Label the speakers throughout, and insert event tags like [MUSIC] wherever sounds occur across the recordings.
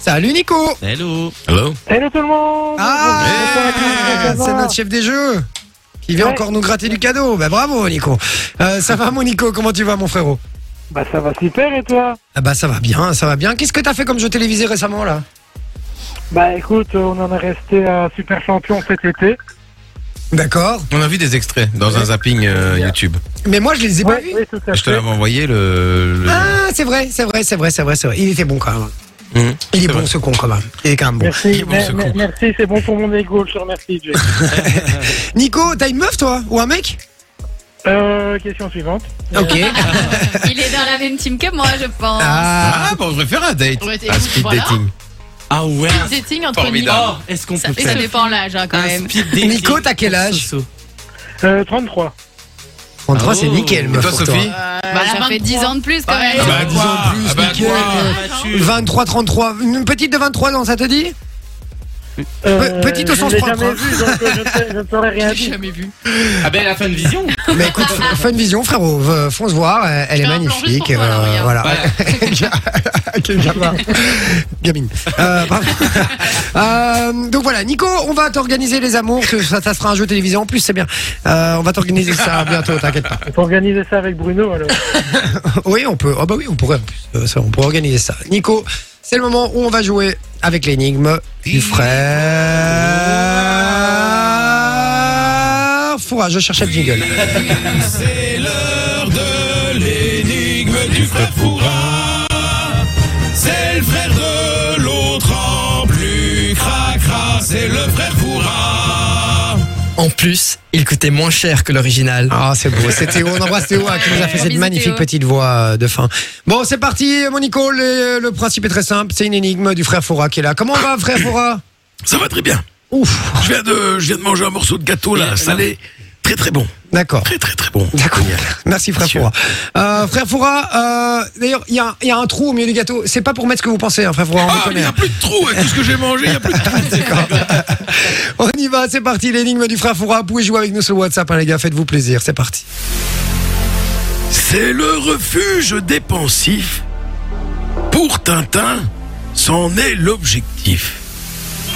Speaker 1: Salut Nico
Speaker 2: Hello.
Speaker 3: Hello
Speaker 4: Hello tout le monde
Speaker 1: Ah
Speaker 4: Bonsoir à tous,
Speaker 1: hey,
Speaker 4: comment ça
Speaker 1: C'est
Speaker 4: va
Speaker 1: notre chef des jeux qui vient
Speaker 4: Ouais.
Speaker 1: encore nous gratter du cadeau. Bah bravo Nico Euh, Ça va mon Nico Comment tu vas mon frérot
Speaker 4: Bah ça va super et toi
Speaker 1: ah bah ça va bien, ça va bien. Qu'est-ce que t'as fait comme jeu télévisé récemment là
Speaker 4: Bah écoute, on en est resté à Super Champion cet été.
Speaker 1: D'accord.
Speaker 3: On a vu des extraits dans un zapping euh, YouTube.
Speaker 1: Mais moi je les ai pas
Speaker 4: Ouais,
Speaker 1: vus.
Speaker 4: oui, tout à
Speaker 3: Je te
Speaker 4: fait.
Speaker 3: l'avais envoyé le. le-
Speaker 1: Ah c'est vrai, c'est vrai, c'est vrai, c'est vrai, c'est vrai. Il était bon quand même.
Speaker 3: Mhm.
Speaker 1: Il est
Speaker 3: C'est
Speaker 1: bon
Speaker 3: vrai.
Speaker 1: ce con quand même. Il est quand même bon.
Speaker 3: Il est
Speaker 4: Merci,
Speaker 3: bon,
Speaker 4: mer-
Speaker 3: ce coup.
Speaker 4: mer- merci, c'est bon pour mon ego, je te remercie
Speaker 1: [LAUGHS]
Speaker 4: Jay.
Speaker 1: Nico, t'as une meuf toi Ou un mec
Speaker 4: Euh, question suivante.
Speaker 1: Ok.
Speaker 5: Il est dans la même team que moi, je pense.
Speaker 1: [LAUGHS] Ah,
Speaker 3: Ah, bon, je vais faire un date.
Speaker 5: Ouais, t'es-
Speaker 3: un speed
Speaker 5: voilà.
Speaker 3: dating.
Speaker 2: Ah ouais.
Speaker 5: Dating entre
Speaker 3: Formidable.
Speaker 5: Nico.
Speaker 2: Oh, est-ce qu'on
Speaker 5: Ça,
Speaker 2: peut
Speaker 5: et ça
Speaker 2: faire
Speaker 5: dépend l'âge hein, quand
Speaker 2: un
Speaker 5: même.
Speaker 2: speed dating
Speaker 1: Nico, t'as quel
Speaker 2: pour
Speaker 1: âge
Speaker 2: Soso
Speaker 4: Euh, 33.
Speaker 1: 33 c'est
Speaker 2: Oh.
Speaker 1: nickel
Speaker 2: Et
Speaker 3: Et
Speaker 1: meuf.
Speaker 3: toi,
Speaker 1: pour
Speaker 3: Sophie
Speaker 5: Euh, ça fait 10 ans de plus quand
Speaker 2: Pareil.
Speaker 5: même.
Speaker 3: bah,
Speaker 2: quoi
Speaker 3: disons plus,
Speaker 2: Ah bah,
Speaker 3: nickel.
Speaker 2: quoi, vas-tu
Speaker 1: 23, 33. Une petite de 23 ans, ça te dit
Speaker 4: Euh,
Speaker 1: Pe- petite au sens
Speaker 4: Je l'ai
Speaker 1: propre,
Speaker 4: jamais
Speaker 1: hein.
Speaker 4: vu, donc euh, je ne- je ne t'aurais
Speaker 1: [LAUGHS]
Speaker 4: rien dit.
Speaker 5: jamais vu.
Speaker 2: Ah ben, la fin de vision.
Speaker 1: Mais écoute, f- fun vision, frérot. V- Fonce voir, euh, elle est
Speaker 5: fais un plan juste
Speaker 1: magnifique.
Speaker 5: pour toi, là, regarde.
Speaker 1: voilà.
Speaker 2: Voilà.
Speaker 1: [LAUGHS] Quel gamin. Gamine. Euh,
Speaker 5: [LAUGHS]
Speaker 1: pardon. Euh, donc voilà, Nico, on va t'organiser les amours. que Ça, ça sera un jeu télévisé en plus, c'est bien. Euh, on va t'organiser ça bientôt, t'inquiète
Speaker 5: [LAUGHS]
Speaker 1: pas.
Speaker 4: Faut organiser ça avec Bruno alors.
Speaker 1: Oui, on peut. Ah bah oui, on pourrait. en plus. Euh, ça, on pourrait organiser ça. Nico, c'est le moment où on va jouer avec l'énigme du frère. Fourra, je cherchais le jingle.
Speaker 6: C'est l'heure de l'énigme du frère Foura. C'est le frère de l'autre en plus. Cracra, c'est le frère Foura.
Speaker 7: En plus, il coûtait moins cher que l'original.
Speaker 1: Ah, c'est beau. C'est Théo. On embrasse Théo hein, qui nous a fait
Speaker 5: Ouais,
Speaker 1: cette
Speaker 5: bisous,
Speaker 1: magnifique
Speaker 5: Théo.
Speaker 1: petite voix euh, de fin. Bon, c'est parti, mon Nico. Le, le principe est très simple. C'est une énigme du frère Fora qui est là. Comment va, frère Fora
Speaker 6: Ça va très bien.
Speaker 1: Ouf.
Speaker 6: Je viens de, je viens de manger un morceau de gâteau là, salé. Très très bon.
Speaker 1: D'accord.
Speaker 6: Très très très bon.
Speaker 1: D'accord. Merci, frère Fora. Euh, frère Fora, euh, d'ailleurs, il y, a un- il y a un trou au milieu du gâteau. C'est pas pour mettre ce que vous pensez, hein, frère Fora. On
Speaker 6: Ah,
Speaker 1: vous
Speaker 6: mais il
Speaker 1: connaît.
Speaker 6: n'y a
Speaker 1: hein.
Speaker 6: plus de trous avec tout ce que j'ai mangé. Il n'y a plus de trous.
Speaker 1: [LAUGHS] On y va. C'est parti. L'énigme du frère Fora. Vous pouvez jouer avec nous sur WhatsApp, hein, les gars. Faites-vous plaisir. C'est parti.
Speaker 6: [LAUGHS]
Speaker 1: [LAUGHS]
Speaker 6: C'est le refuge dépensif. Pour Tintin, c'en est l'objectif.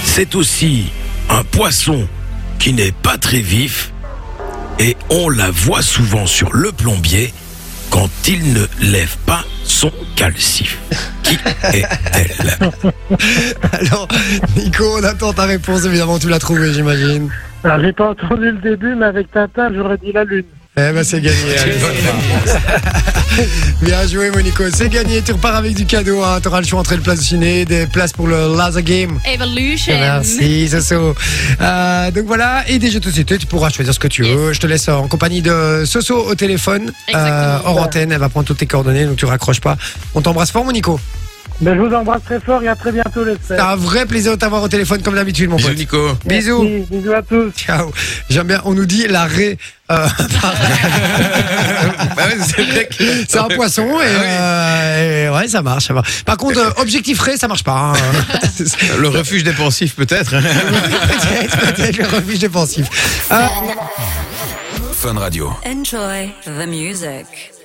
Speaker 6: C'est aussi un poisson qui n'est pas très vif et on la voit souvent sur le plombier quand il ne lève pas son calcif. Qui est-elle
Speaker 1: Alors, Nico, on attend ta réponse. Évidemment, tu l'as trouvée, j'imagine.
Speaker 4: Alors, J'ai pas entendu le début, mais avec Tintin, j'aurais dit la lune.
Speaker 1: Eh ben c'est gagné. allez, bonne chance. Bien joué Monico, c'est gagné. Tu repars avec du cadeau. Hein. T'auras le choix entre les places de ciné, des places pour le laser game.
Speaker 5: Evolution.
Speaker 1: Merci Soso. Euh, donc voilà, et des jeux de société, tu pourras choisir ce que tu veux. Je te laisse en compagnie de Soso au téléphone, euh,
Speaker 5: Exactement.
Speaker 1: hors antenne. Elle va prendre toutes tes coordonnées, donc tu raccroches pas. On t'embrasse fort Monico.
Speaker 4: Ben, je vous embrasse très fort et à très bientôt
Speaker 1: C'est
Speaker 4: j'espère.
Speaker 1: un vrai plaisir de t'avoir au téléphone comme d'habitude mon
Speaker 3: Bisous,
Speaker 1: pote.
Speaker 3: Nico.
Speaker 4: Merci,
Speaker 1: Bisous.
Speaker 4: Bisous à tous.
Speaker 1: Ciao. J'aime bien, on nous dit la ré. euh, [LAUGHS]
Speaker 6: Ah
Speaker 3: Bah ouais, c'est vrai que-
Speaker 1: C'est un poisson et, euh, et ouais, ça marche, ça marche. Par contre, euh, objectif frais, ça marche pas. hein. [LAUGHS]
Speaker 3: Le refuge dépensif, peut-être.
Speaker 6: hein.
Speaker 1: Peut-être, peut-être, le refuge dépensif. Euh,
Speaker 6: Fun Radio.
Speaker 8: Enjoy the music.